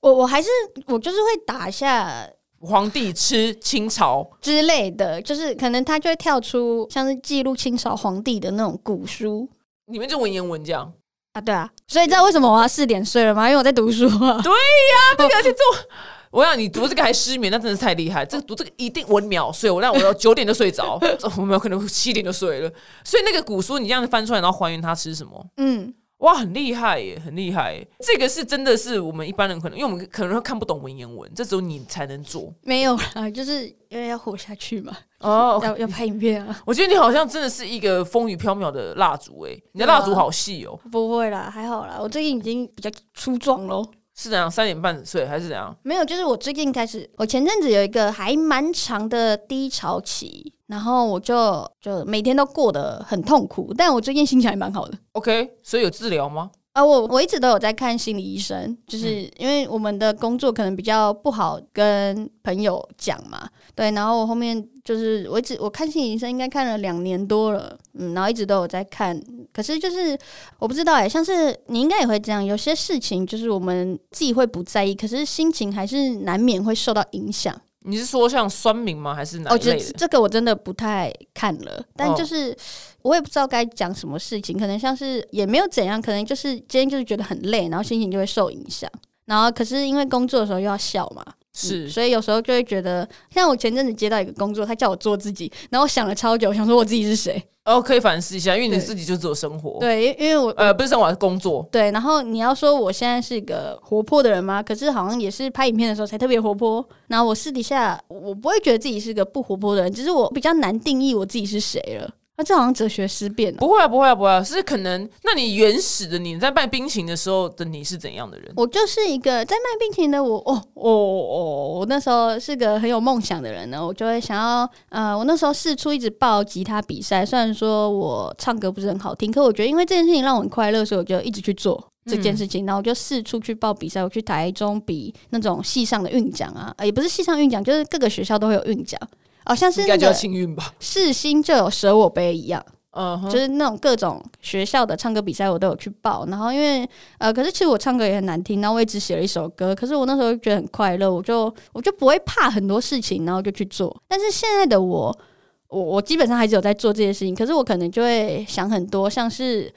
[SPEAKER 1] 我我还是我就是会打一下
[SPEAKER 2] 皇帝吃清朝
[SPEAKER 1] 之类的，就是可能它就会跳出像是记录清朝皇帝的那种古书
[SPEAKER 2] 里面就文言文这样。
[SPEAKER 1] 啊，对啊。所以你知道为什么我要四点睡了吗？因为我在读书啊。
[SPEAKER 2] 对，而且这我我想你读这个还失眠，那真的是太厉害。这个读这个一定我秒睡，我让我要九点就睡着， [laughs] 我没有可能七点就睡了。所以那个古书你这样翻出来，然后还原它吃什么？
[SPEAKER 1] 嗯，
[SPEAKER 2] 哇，很厉害耶，很厉害耶！这个是真的是我们一般人可能，因为我们可能会看不懂文言文，这只有你才能做
[SPEAKER 1] 没有啦，就是因为要活下去嘛，
[SPEAKER 2] 哦。
[SPEAKER 1] 要要拍影片啊。
[SPEAKER 2] 我觉得你好像真的是一个风雨飘渺的蜡烛哎，你的蜡烛好细哦、
[SPEAKER 1] 不会啦，还好啦，我最近已经比较粗壮喽。
[SPEAKER 2] 是怎样？三点半睡还是怎样？
[SPEAKER 1] 没有，就是我最近开始，我前阵子有一个还蛮长的低潮期，然后我就就每天都过得很痛苦，但我最近心情还蛮好的。
[SPEAKER 2] OK，所以有治疗吗？
[SPEAKER 1] 啊，我我一直都有在看心理医生，就是因为我们的工作可能比较不好跟朋友讲嘛，对，然后我后面就是我一直我看心理医生应该看了两年多了，嗯，然后一直都有在看，可是就是我不知道哎、像是你应该也会这样，有些事情就是我们自己会不在意，可是心情还是难免会受到影响。
[SPEAKER 2] 你是说像酸民吗？还是哪
[SPEAKER 1] 哦，
[SPEAKER 2] 一
[SPEAKER 1] 这
[SPEAKER 2] 类
[SPEAKER 1] 这
[SPEAKER 2] 的？
[SPEAKER 1] 这个我真的不太看了，但
[SPEAKER 2] 哦
[SPEAKER 1] 就是我也不知道该讲什么事情，可能像是也没有怎样，可能就是今天就是觉得很累，然后心情就会受影响。然后可是因为工作的时候又要笑嘛，嗯
[SPEAKER 2] 是
[SPEAKER 1] 所以有时候就会觉得，像我前阵子接到一个工作，他叫我做自己，然后我想了超久，我想说我自己是谁？
[SPEAKER 2] 哦，可以反思一下，因为你
[SPEAKER 1] 对
[SPEAKER 2] 自己就只有生活，
[SPEAKER 1] 对，因因为我
[SPEAKER 2] 呃，不是生活，是工作。
[SPEAKER 1] 对，然后你要说我现在是一个活泼的人吗？可是好像也是拍影片的时候才特别活泼。然后我私底下我不会觉得自己是个不活泼的人，只是我比较难定义我自己是谁了。那、这好像哲学思辨哦。
[SPEAKER 2] 不会啊，不会啊，不会啊，是可能。那你原始的你在卖冰淇淋的时候的你是怎样的人？
[SPEAKER 1] 我就是一个在卖冰淇淋的我，哦哦哦，我那时候是个很有梦想的人呢，我就会想要，呃，我那时候试出一直报吉他比赛，虽然说我唱歌不是很好听，可我觉得因为这件事情让我很快乐，所以我就一直去做这
[SPEAKER 2] 嗯
[SPEAKER 1] 件事情，然后我就试出去报比赛，我去台中比那种系上的运奖啊，呃也不是系上运奖，就是各个学校都会有运奖，哦，像是
[SPEAKER 2] 应
[SPEAKER 1] 那
[SPEAKER 2] 该叫
[SPEAKER 1] 个
[SPEAKER 2] 幸
[SPEAKER 1] [laughs]
[SPEAKER 2] 运吧？
[SPEAKER 1] 世新就有舍我杯一样。
[SPEAKER 2] 嗯哼，
[SPEAKER 1] 就是那种各种学校的唱歌比赛，我都有去报。然后因为呃，可是其实我唱歌也很难听，然后我也只写了一首歌。可是我那时候就觉得很快乐，我就我就不会怕很多事情，然后就去做。但是现在的我，我我基本上还是有在做这些事情，可是我可能就会想很多，像是。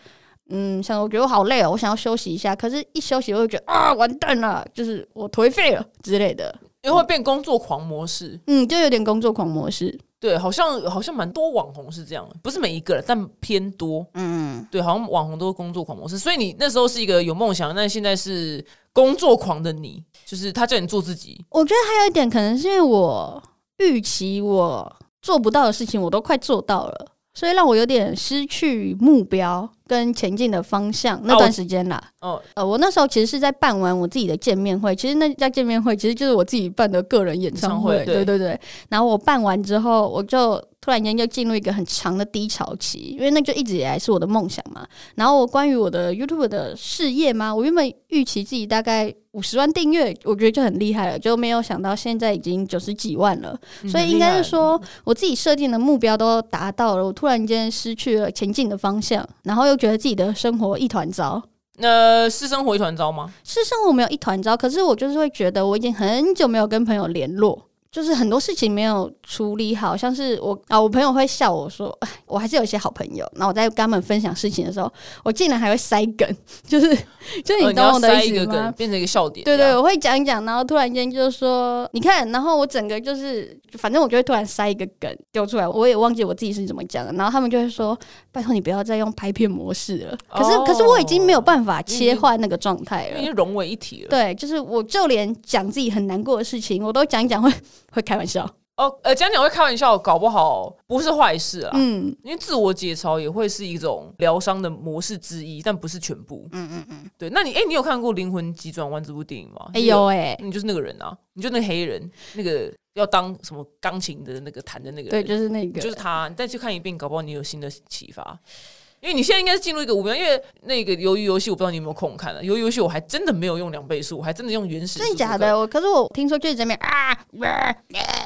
[SPEAKER 1] 嗯，像我觉得我好累哦，我想要休息一下。可是，一休息我就觉得啊，完蛋了，就是我颓废了之类的。
[SPEAKER 2] 因为会变工作狂模式。
[SPEAKER 1] 嗯，就有点工作狂模式。
[SPEAKER 2] 对，好像好像蛮多网红是这样，不是每一个人，但偏多。
[SPEAKER 1] 嗯，
[SPEAKER 2] 对，好像网红都是工作狂模式。所以你那时候是一个有梦想，但现在是工作狂的你，就是他叫你做自己。
[SPEAKER 1] 我觉得还有一点，可能是因为我预期我做不到的事情，我都快做到了，所以让我有点失去目标跟前进的方向。那段时间啦，
[SPEAKER 2] 哦，
[SPEAKER 1] 呃，我那时候其实是在办完我自己的见面会，其实那家见面会其实就是我自己办的个人演唱会，
[SPEAKER 2] 演唱会对
[SPEAKER 1] 对对对。然后我办完之后，我就突然间就进入一个很长的低潮期，因为那就一直以来是我的梦想嘛。然后我关于我的 YouTube 的事业嘛，我原本预期自己大概五十万订阅，我觉得就很厉害了，就没有想到现在已经九十几万了。
[SPEAKER 2] 嗯
[SPEAKER 1] 所以应该是说，我自己设定的目标都达到了，我突然间失去了前进的方向，然后又觉得自己的生活一团糟。
[SPEAKER 2] 那、呃、是生活一团糟吗？
[SPEAKER 1] 是生活没有一团糟，可是我就是会觉得我已经很久没有跟朋友联络，就是很多事情没有处理好，像是我啊，我朋友会笑我说， [sighs] 哎我还是有一些好朋友，那我在跟他们分享事情的时候，我竟然还会塞梗， [laughs] 就是就是
[SPEAKER 2] 呃
[SPEAKER 1] 你懂我
[SPEAKER 2] 要塞
[SPEAKER 1] 的
[SPEAKER 2] 一
[SPEAKER 1] 意
[SPEAKER 2] 个
[SPEAKER 1] 思
[SPEAKER 2] 梗，
[SPEAKER 1] 吗？
[SPEAKER 2] 变成一个笑点。
[SPEAKER 1] 对
[SPEAKER 2] 这
[SPEAKER 1] 对，
[SPEAKER 2] 样，
[SPEAKER 1] 我会讲一讲，然后突然间就说，你看，然后我整个就是，反正我就会突然塞一个梗丢出来，我也忘记我自己是怎么讲的，然后他们就会说，拜托你不要再用拍片模式了。可是、
[SPEAKER 2] 哦
[SPEAKER 1] 可是我已经没有办法
[SPEAKER 2] 已
[SPEAKER 1] 切
[SPEAKER 2] 经
[SPEAKER 1] 换那个状态
[SPEAKER 2] 因
[SPEAKER 1] 了
[SPEAKER 2] 为，融为一体了。
[SPEAKER 1] 对，就是我就连讲自己很难过的事情，我都讲一讲会会开玩笑。
[SPEAKER 2] 哦，呃，讲讲会开玩笑，搞不好不是坏事啊。
[SPEAKER 1] 嗯，
[SPEAKER 2] 因为自我解嘲也会是一种疗伤的模式之一，但不是全部。嗯嗯嗯，对。那你哎、你有看过《灵魂急转弯》这部电影吗？
[SPEAKER 1] 哎呦哎、
[SPEAKER 2] 你就是那个人啊，你就那个黑人，那个要当什么钢琴的那个弹的那个人，
[SPEAKER 1] 对，就是那个，
[SPEAKER 2] 就是他。你再去看一遍，搞不好你有新的启发。因为你现在应该是进入一个无聊，因为那个鱿鱼游戏，我不知道你有没有空看了、啊鱿鱼游戏我还真的没有用两倍速，我还真的用原始。
[SPEAKER 1] 真的假？的？我可是我听说就是这边啊，
[SPEAKER 2] 因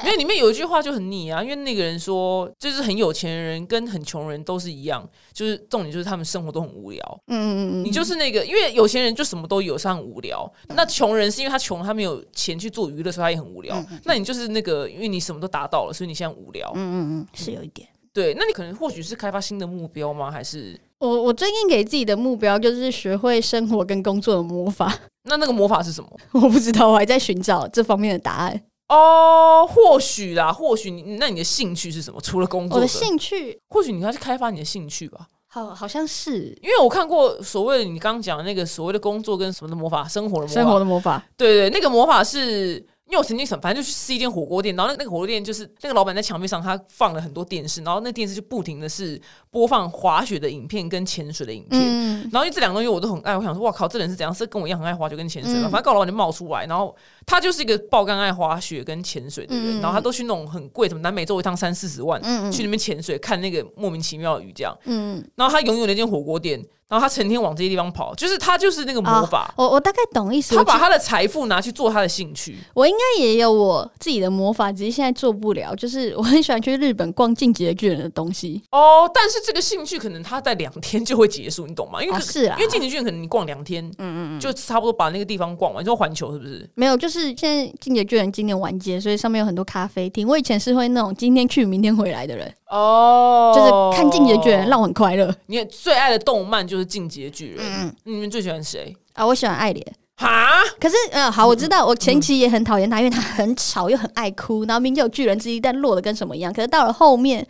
[SPEAKER 2] 为里面有一句话就很腻啊，因为那个人说，就是很有钱人跟很穷人都是一样，就是重点就是他们生活都很无聊。
[SPEAKER 1] 嗯嗯嗯嗯
[SPEAKER 2] 你就是那个，因为有钱人就什么都有，是很无聊。那穷人是因为他穷，他没有钱去做娱乐，所以他也很无聊。那你就是那个，因为你什么都达到了，所以你现在很无聊。
[SPEAKER 1] 嗯嗯嗯嗯，是有一点。
[SPEAKER 2] 对，那你可能或许是开发新的目标吗？还是
[SPEAKER 1] 我我最近给自己的目标就是学会生活跟工作的魔法，
[SPEAKER 2] 那那个魔法是什么？
[SPEAKER 1] 我不知道，我还在寻找这方面的答案。
[SPEAKER 2] 哦，或许啦，或许你那你的兴趣是什么？除了工
[SPEAKER 1] 我
[SPEAKER 2] 作
[SPEAKER 1] 的
[SPEAKER 2] 的，
[SPEAKER 1] 兴趣
[SPEAKER 2] 或许你要去开发你的兴趣吧。
[SPEAKER 1] 好好像是
[SPEAKER 2] 因为我看过所谓的你刚刚讲的那个所谓的工作跟什么的魔法，生活的魔法，
[SPEAKER 1] 生活的魔法，
[SPEAKER 2] 对对，那个魔法是因为我曾经想，反正就去吃一间火锅店，然后那那个火锅店就是那个老板在墙壁上他放了很多电视，然后那电视就不停的是播放滑雪的影片跟潜水的影片。
[SPEAKER 1] 嗯，
[SPEAKER 2] 然后因为这两个东西我都很爱，我想说，哇靠，这人是怎样？是跟我一样很爱滑雪跟潜水吗？
[SPEAKER 1] 嗯
[SPEAKER 2] 反正高老板就冒出来，然后他就是一个爆肝爱滑雪跟潜水的人，
[SPEAKER 1] 嗯
[SPEAKER 2] 然后他都去那种很贵，什么南美洲一趟三四十万，
[SPEAKER 1] 嗯嗯
[SPEAKER 2] 去那边潜水看那个莫名其妙的鱼这样。
[SPEAKER 1] 嗯，
[SPEAKER 2] 然后他拥有那间火锅店，然后他成天往这些地方跑，就是他就是那个魔法。
[SPEAKER 1] 我我大概懂意思。
[SPEAKER 2] 他
[SPEAKER 1] 我
[SPEAKER 2] 把
[SPEAKER 1] 其
[SPEAKER 2] 他的财富拿去做他的兴趣，
[SPEAKER 1] 我应该也有我自己的魔法，只是现在做不了。就是我很喜欢去日本逛进击的巨人的东西，
[SPEAKER 2] 哦，但是这个兴趣可能他在两天就会结束，你懂吗？因为、
[SPEAKER 1] 啊是啊
[SPEAKER 2] 因为进击巨人可能你逛两天，嗯嗯就差不多把那个地方逛完，就环球是不是？
[SPEAKER 1] 没有，就是现在进击的巨人今年完结，所以上面有很多咖啡厅。我以前是会那种今天去明天回来的人，
[SPEAKER 2] 哦
[SPEAKER 1] 就是看进击的巨人让我很快乐
[SPEAKER 2] 你最爱的动漫就是《进击的巨人》
[SPEAKER 1] 嗯
[SPEAKER 2] 你们最喜欢谁？
[SPEAKER 1] 啊。我喜欢爱莲，
[SPEAKER 2] 哈，
[SPEAKER 1] 可是呃，好，我知道我前期也很讨厌他，因为他很吵又很爱哭，然后明明就有巨人之一，但落得跟什么一样。可是到了后面，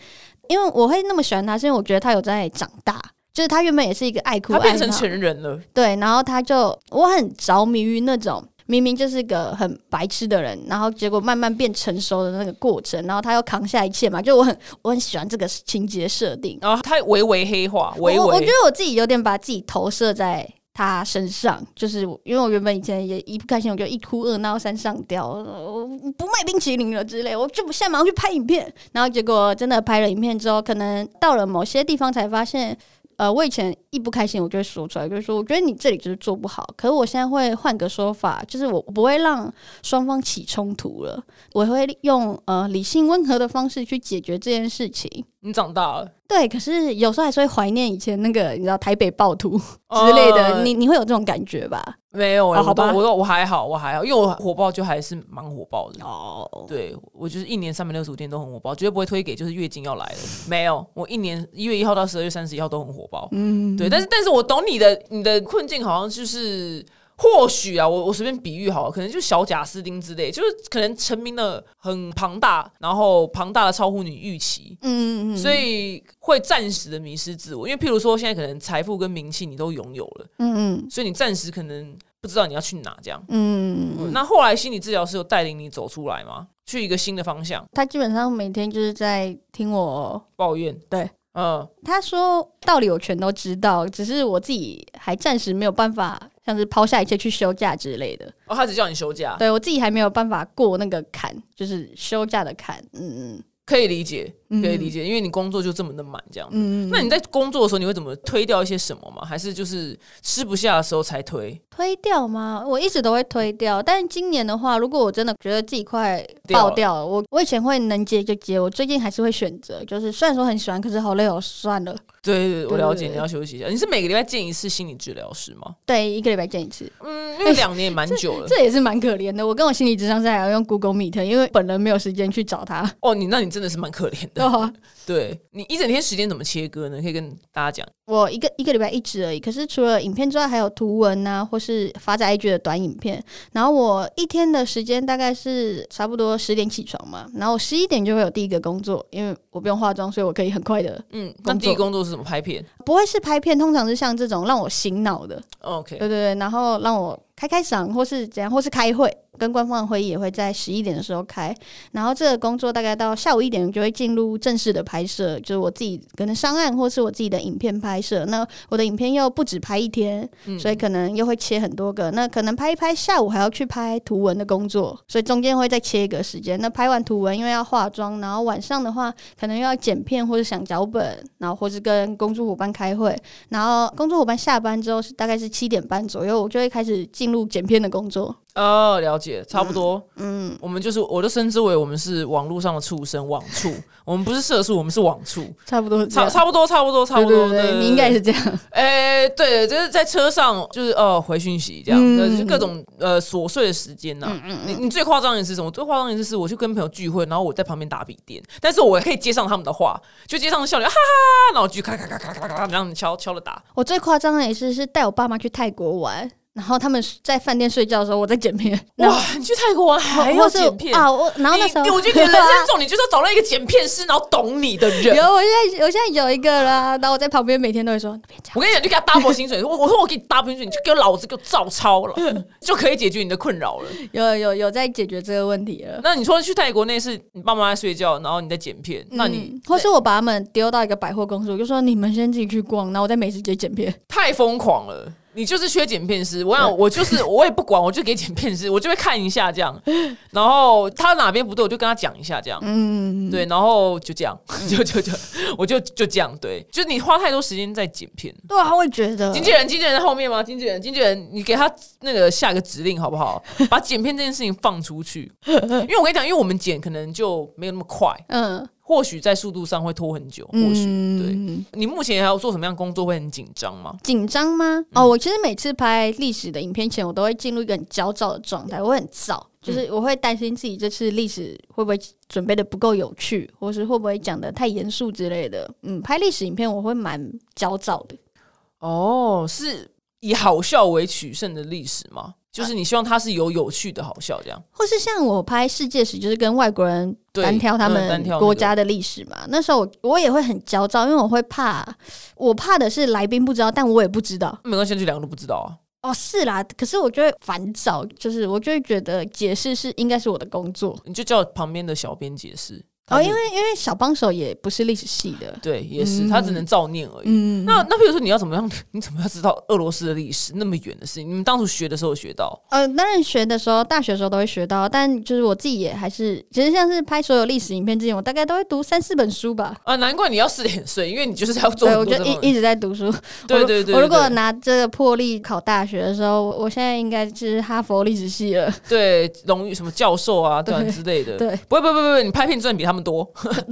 [SPEAKER 1] 因为我会那么喜欢他，是因为我觉得他有在长大。就是他原本也是一个爱哭
[SPEAKER 2] 他
[SPEAKER 1] 爱
[SPEAKER 2] 变成
[SPEAKER 1] 闹，
[SPEAKER 2] 成人了，
[SPEAKER 1] 对，然后他就我很着迷于那种明明就是个很白痴的人，然后结果慢慢变成熟的那个过程，然后他又扛下一切嘛，就我很我很喜欢这个情节设定。
[SPEAKER 2] 然后他微微黑化，微
[SPEAKER 1] 我我我觉
[SPEAKER 2] 微
[SPEAKER 1] 得我自己有点把自己投射在他身上，就是我因为我原本以前也一不开心我就一哭二闹三上吊，我我不卖冰淇淋了之类，我就不现在马上去拍影片，然后结果真的拍了影片之后，可能到了某些地方才发现。呃，我以前一不开心，我就会说出来，就是说，我觉得你这里就是做不好。可是我现在会换个说法，就是我不会让双方起冲突了，我会用呃理性温和的方式去解决这件事情。
[SPEAKER 2] 你长大了
[SPEAKER 1] 对，可是有时候还是会怀念以前那个，你知道台北暴徒之类的，
[SPEAKER 2] 呃
[SPEAKER 1] 你你会有这种感觉吧？
[SPEAKER 2] 没有、欸
[SPEAKER 1] 哦好吧
[SPEAKER 2] 我都我都我还好，我还好，因为我火爆就还是蛮火爆的。
[SPEAKER 1] 哦，
[SPEAKER 2] 对，我就是一年三百六十五天都很火爆，绝对不会推给就是月经要来了。没有，我一年一月一号到十二月三十一号都很火爆。嗯，对，但是但是我懂你的你的困境，好像就是或许啊，我我随便比喻好了，可能就小贾斯汀之类，就是可能成名的很庞大，然后庞大的超乎你预期。
[SPEAKER 1] 嗯嗯嗯
[SPEAKER 2] 所以会暂时的迷失自我，因为譬如说现在可能财富跟名气你都拥有了，
[SPEAKER 1] 嗯嗯
[SPEAKER 2] 所以你暂时可能不知道你要去哪这样。
[SPEAKER 1] 嗯嗯，
[SPEAKER 2] 那后来心理治疗师有带领你走出来吗？去一个新的方向，
[SPEAKER 1] 他基本上每天就是在听我
[SPEAKER 2] 抱怨
[SPEAKER 1] 对
[SPEAKER 2] 嗯，
[SPEAKER 1] 他说道理我全都知道，只是我自己还暂时没有办法，像是抛下一切去休假之类的。
[SPEAKER 2] 哦，他只叫你休假，
[SPEAKER 1] 对我自己还没有办法过那个坎，就是休假的坎。嗯嗯
[SPEAKER 2] 可以理解，
[SPEAKER 1] 嗯
[SPEAKER 2] 可以理解，因为你工作就这么的满这样子。
[SPEAKER 1] 嗯，
[SPEAKER 2] 那你在工作的时候，你会怎么推掉一些什么吗？还是就是吃不下的时候才推？
[SPEAKER 1] 推掉吗？我一直都会推掉，但今年的话，如果我真的觉得自己快
[SPEAKER 2] 掉
[SPEAKER 1] 爆
[SPEAKER 2] 了
[SPEAKER 1] 掉了，我我以前会能接就接，我最近还是会选择，就是虽然说很喜欢，可是好累哦，算了。
[SPEAKER 2] 对对，对我了解，
[SPEAKER 1] 对对对
[SPEAKER 2] 你要休息一下。你是每个礼拜见一次心理治疗师吗？
[SPEAKER 1] 对，一个礼拜见一次，
[SPEAKER 2] 嗯，因为两年也蛮久了。
[SPEAKER 1] 哎这也是蛮可怜的。我跟我心理智商师还要用 Google Meet，因为本人没有时间去找他。
[SPEAKER 2] 哦，你那你真的是蛮可怜
[SPEAKER 1] 对
[SPEAKER 2] 的。
[SPEAKER 1] 啊，
[SPEAKER 2] 对你一整天时间怎么切割呢？可以跟大家讲。
[SPEAKER 1] 我一个一个礼拜一支而已，可是除了影片之外，还有图文啊，或是发在 IG 的短影片。然后我一天的时间大概是差不多十点起床嘛，然后十一点就会有第一个工作，因为我不用化妆，所以我可以很快的，
[SPEAKER 2] 嗯，
[SPEAKER 1] 作
[SPEAKER 2] 那第一工作是什么？拍片。
[SPEAKER 1] 不会是拍片，通常是像这种让我醒脑的，
[SPEAKER 2] 哦 OK，
[SPEAKER 1] 对对对，然后让我开开嗓，或是怎样，或是开会，跟官方的会议也会在十一点的时候开。然后这个工作大概到下午一点就会进入正式的拍摄，就是我自己可能商案或是我自己的影片拍摄。那我的影片又不止拍一天，
[SPEAKER 2] 嗯
[SPEAKER 1] 所以可能又会切很多个。那可能拍一拍，下午还要去拍图文的工作，所以中间会再切一个时间。那拍完图文，因为要化妆，然后晚上的话，可能又要剪片或者想脚本，然后或是跟工作伙伴开会。然后工作伙伴下班之后是大概是七点半左右，我就会开始进入剪片的工作。
[SPEAKER 2] 哦，了解，差不多。
[SPEAKER 1] 嗯，
[SPEAKER 2] 我们就是，我都称之为我们是网络上的畜生，网
[SPEAKER 1] [laughs]
[SPEAKER 2] 畜。我们不是社畜，我们是网畜。
[SPEAKER 1] 差不多是这
[SPEAKER 2] 差
[SPEAKER 1] 样。
[SPEAKER 2] 差不多，差不多，差不多。
[SPEAKER 1] 对对
[SPEAKER 2] 对
[SPEAKER 1] 对，你应该也是这样。
[SPEAKER 2] 哎、对，就是在车上，就是呃回讯息这样，
[SPEAKER 1] 嗯
[SPEAKER 2] 对就是各种呃琐碎的时间呐、你你最夸张的是什么？最夸张的是我去跟朋友聚会，然后我在旁边打笔电，但是我可以接上他们的话，就接上笑脸，哈哈哈，然后我就咔咔咔咔咔咔，这样敲敲的打。
[SPEAKER 1] 我最夸张的一次是带我爸妈去泰国玩，然后他们在饭店睡觉的时候，我在剪片。然后
[SPEAKER 2] 哇，你去泰国玩还
[SPEAKER 1] 或
[SPEAKER 2] 要
[SPEAKER 1] 是
[SPEAKER 2] 剪片？
[SPEAKER 1] 啊！我然后那时候
[SPEAKER 2] 你哎我
[SPEAKER 1] [laughs]
[SPEAKER 2] 觉得你的人生重点就是要找到一个剪片师，然后懂你的人
[SPEAKER 1] 有，。我现在我现在有一个啦，然后我在旁边每天都会说那边讲
[SPEAKER 2] 我跟你讲，你就给他 double 薪水，我我说我给你 double 薪水，你就给我老子给我照抄了，
[SPEAKER 1] 嗯
[SPEAKER 2] 就可以解决你的困扰了。
[SPEAKER 1] 有有有在解决这个问题了。
[SPEAKER 2] 那你说去泰国那是你爸妈在睡觉，然后你在剪片，那你
[SPEAKER 1] 嗯、或是我把他们丢到一个百货公司，我就说你们先自己去逛，然后我在美食街剪片。
[SPEAKER 2] 太疯狂了。你就是缺剪片师，我想我就是我也不管，我就给剪片师，我就会看一下这样，
[SPEAKER 1] [laughs]
[SPEAKER 2] 然后他哪边不对，我就跟他讲一下这样，
[SPEAKER 1] 嗯，
[SPEAKER 2] 对，然后就这样，就就就我就就这样，对，就是你花太多时间在剪片。
[SPEAKER 1] 对啊，我也觉得
[SPEAKER 2] 经纪人，经纪人在后面吗？经纪人，经纪人，你给他那个下个指令好不好？把剪片这件事情放出去，因为我跟你讲，因为我们剪可能就没有那么快，
[SPEAKER 1] 嗯，
[SPEAKER 2] 或许在速度上会拖很久，或许、对。
[SPEAKER 1] 对。
[SPEAKER 2] 你目前还要做什么样的工作会很紧张吗？
[SPEAKER 1] 紧张吗？哦，我其实每次拍历史的影片前，我都会进入一个很焦躁的状态，我会很躁，就是我会担心自己这次历史会不会准备的不够有趣，或是会不会讲的太严肃之类的。嗯，拍历史影片我会蛮焦躁的。
[SPEAKER 2] 哦，是以好笑为取胜的历史吗？就是你希望它是有有趣的好笑这样。
[SPEAKER 1] 或是像我拍世界史，就是跟外国人
[SPEAKER 2] 对
[SPEAKER 1] 单挑他
[SPEAKER 2] 嗯单
[SPEAKER 1] 们
[SPEAKER 2] 挑那个
[SPEAKER 1] 国家的历史嘛。那时候我我也会很焦躁，因为我会怕，我怕的是来宾不知道，但我也不知道。
[SPEAKER 2] 没关系，就两个都不知道啊。
[SPEAKER 1] 哦，是啦，可是我就会烦躁，就是我就会觉得解释是应该是我的工作。
[SPEAKER 2] 你就叫旁边的小编解释。
[SPEAKER 1] 哦，
[SPEAKER 2] 他就
[SPEAKER 1] 因为因为小帮手也不是历史系的，
[SPEAKER 2] 对，也是、
[SPEAKER 1] 嗯
[SPEAKER 2] 他只能照念而已。
[SPEAKER 1] 嗯，
[SPEAKER 2] 那那比如说你要怎么样？ [laughs] 你怎么样知道俄罗斯的历史那么远的事情？你们当初学的时候有学到
[SPEAKER 1] 呃，当然学的时候，大学的时候都会学到，但就是我自己也还是，其实像是拍所有历史影片之前，我大概都会读三四本书吧。
[SPEAKER 2] 啊？难怪你要四点睡，因为你就是要做
[SPEAKER 1] 对，我
[SPEAKER 2] 很多
[SPEAKER 1] 就
[SPEAKER 2] 这
[SPEAKER 1] 一
[SPEAKER 2] 种
[SPEAKER 1] 一直在读书。
[SPEAKER 2] 对
[SPEAKER 1] 我
[SPEAKER 2] 对对
[SPEAKER 1] 我如
[SPEAKER 2] 对
[SPEAKER 1] 果
[SPEAKER 2] 对
[SPEAKER 1] 拿这个破例考大学的时候，我我现在应该是哈佛历史系
[SPEAKER 2] [laughs]
[SPEAKER 1] 了。
[SPEAKER 2] 对荣誉什么教授啊，对啊
[SPEAKER 1] 对
[SPEAKER 2] 之类的。
[SPEAKER 1] [laughs] 对，
[SPEAKER 2] 不会不会不会，你拍片赚比他们
[SPEAKER 1] [laughs]
[SPEAKER 2] 多。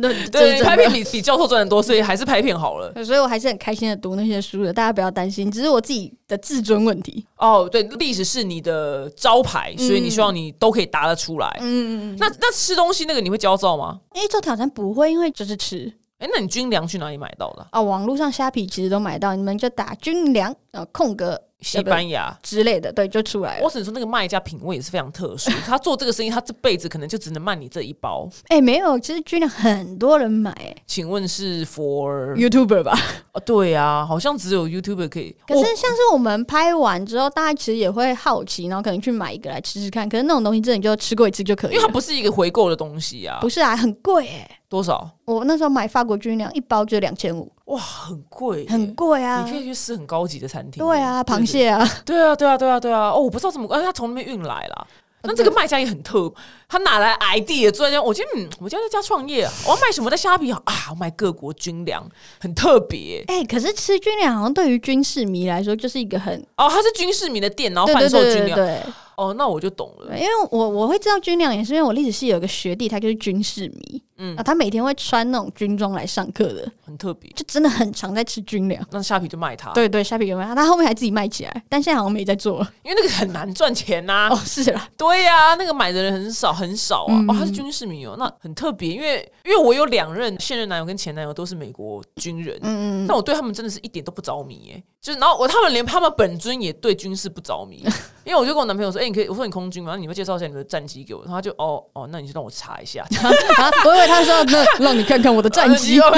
[SPEAKER 1] 对
[SPEAKER 2] 对，拍片比比教授赚的多，所以还是拍片好了。
[SPEAKER 1] 所以我还是很开心的读那些书的，大家不要担心，只是我自己的自尊问题。
[SPEAKER 2] 哦，对，历史是你的招牌，所以你希望你都可以答得出来。
[SPEAKER 1] 嗯，
[SPEAKER 2] 那那吃东西那个你会焦躁吗？
[SPEAKER 1] 因为做挑战不会，因为就是吃
[SPEAKER 2] 哎，那你军粮去哪里买到的啊？
[SPEAKER 1] 啊、网络上虾皮其实都买到，你们就打军粮呃空格
[SPEAKER 2] 西班牙。
[SPEAKER 1] 之类的，对，就出来了
[SPEAKER 2] 我。只能说，那个卖家品味也是非常特殊。他做这个生意，他这辈子可能就只能卖你这一包。
[SPEAKER 1] 哎、没有，其实居然很多人买、哎
[SPEAKER 2] 请问是 for？
[SPEAKER 1] YouTuber 吧？
[SPEAKER 2] 哦对啊，好像只有 YouTuber 可以。哦
[SPEAKER 1] 可
[SPEAKER 2] 我
[SPEAKER 1] 是像是我们拍完之后，大家其实也会好奇，然后可能去买一个来吃吃看。可是那种东西真的就吃过一次就可以
[SPEAKER 2] 因为它
[SPEAKER 1] 了，
[SPEAKER 2] 不是一个回购的东西啊，
[SPEAKER 1] [laughs] 不是啊，很贵哎、
[SPEAKER 2] 多少？
[SPEAKER 1] 我那时候买法国军粮一包就两千五，
[SPEAKER 2] 哇，很贵耶，
[SPEAKER 1] 很贵啊
[SPEAKER 2] 你可。以去吃很高级的餐厅。
[SPEAKER 1] 对啊，螃。蟹啊， [laughs]
[SPEAKER 2] 对啊，对啊，对啊，对啊！哦，我不知道怎么，哎，他从那边运来啦。
[SPEAKER 1] 哦
[SPEAKER 2] 那这个卖家也很特，他哪来 idea 坐在家？我觉得，嗯，我就在家创业啊，我要卖什么在虾皮啊？啊，我卖各国军粮，很特别
[SPEAKER 1] 哎、可是吃军粮好像对于军事迷来说就是一个很
[SPEAKER 2] 哦。他是军事迷的店，然后
[SPEAKER 1] 对
[SPEAKER 2] 贩
[SPEAKER 1] 对
[SPEAKER 2] 售
[SPEAKER 1] 对
[SPEAKER 2] 军
[SPEAKER 1] 对对
[SPEAKER 2] 粮。
[SPEAKER 1] 对，
[SPEAKER 2] 哦，那我就懂了。
[SPEAKER 1] 对因为我我会知道军粮也是因为我历史系有一个学弟，他就是军事迷，
[SPEAKER 2] 嗯
[SPEAKER 1] 嗯，啊，他每天会穿那种军装来上课的，
[SPEAKER 2] 很特别。
[SPEAKER 1] 就真的很常在吃军粮。
[SPEAKER 2] 那虾皮就卖它，
[SPEAKER 1] 对对，虾皮有卖，他后面还自己卖起来，但现在好像没在做了。
[SPEAKER 2] 因为那个很难赚钱呐、
[SPEAKER 1] 哦，是啦，
[SPEAKER 2] [laughs] 对呀、那个买的人很少很少啊。
[SPEAKER 1] 嗯
[SPEAKER 2] 哦，他是军事迷哦，那很特别，因为因为我有两任现任男友跟前男友都是美国军人，
[SPEAKER 1] 嗯嗯
[SPEAKER 2] 但我对他们真的是一点都不着迷耶、就是然后我他们连他们本尊也对军事不
[SPEAKER 1] [laughs]
[SPEAKER 2] 着迷，因为我就跟我男朋友说，哎、你可以我说你空军嘛，那你会介绍一下你的战机给我，然后他就哦哦，那你就让我查一下，
[SPEAKER 1] 嗯，啊， [laughs] 我以为他说那让你看看我的战
[SPEAKER 2] [laughs]
[SPEAKER 1] 绩，
[SPEAKER 2] 哎、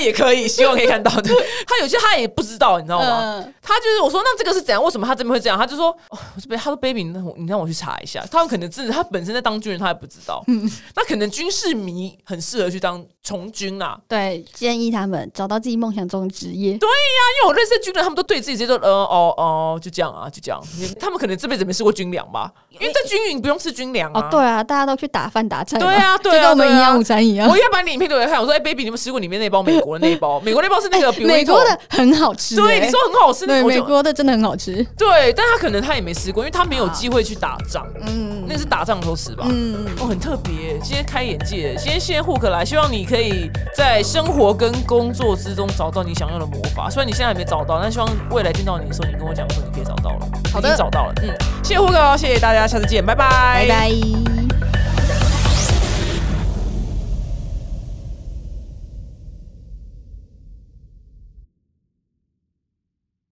[SPEAKER 2] 也可以，希望可以看到的。他有些他也不知道，你知道吗？
[SPEAKER 1] 嗯
[SPEAKER 2] 他就是我说那这个是怎样？为什么他这边会这样？他就说， [laughs] 哦、我这边他说 baby，你让我你让我去查一下。他们可能真的他本身在当军人，他也不知道。
[SPEAKER 1] 嗯
[SPEAKER 2] 那可能军事迷很适合去当从军啊，
[SPEAKER 1] 对，建议他们找到自己梦想中的职业。
[SPEAKER 2] 因为我认识的军人，他们都对自己这种呃哦哦就这样啊，就这样。他们可能这辈子没吃过军粮吧，因为在军营不用吃军粮啊。
[SPEAKER 1] 嗯哦，对啊，大家都去打饭打菜嘛，
[SPEAKER 2] 对
[SPEAKER 1] [laughs]
[SPEAKER 2] 啊对啊
[SPEAKER 1] 就跟我们
[SPEAKER 2] 对啊
[SPEAKER 1] 营养午餐一样
[SPEAKER 2] 我。也把你影片给我看，我说：“哎、b a b y 你们吃过里面那包美国的那一
[SPEAKER 1] [laughs]
[SPEAKER 2] 包？美国那包是那个 burrito
[SPEAKER 1] 美国的很好吃欸，
[SPEAKER 2] 对，你说很好吃，
[SPEAKER 1] 对，
[SPEAKER 2] 我
[SPEAKER 1] 美
[SPEAKER 2] 就
[SPEAKER 1] 国的真的很好吃。
[SPEAKER 2] 对，但他可能他也没吃过，因为他没有机会去打仗，
[SPEAKER 1] 嗯
[SPEAKER 2] 那是打仗的时候吃吧。
[SPEAKER 1] 嗯。
[SPEAKER 2] 哦，很特别，今天开眼界，今天谢谢 Hook 来，希望你可以在生活跟工作之中找到你想要的魔法。虽然你现在还没找到，但希望未来见到你的时候，你跟我讲说你可以找到了，
[SPEAKER 1] 好的
[SPEAKER 2] 已经找到了。嗯，谢谢 Hook，哦谢谢大家，下次见，拜拜，
[SPEAKER 1] 拜拜。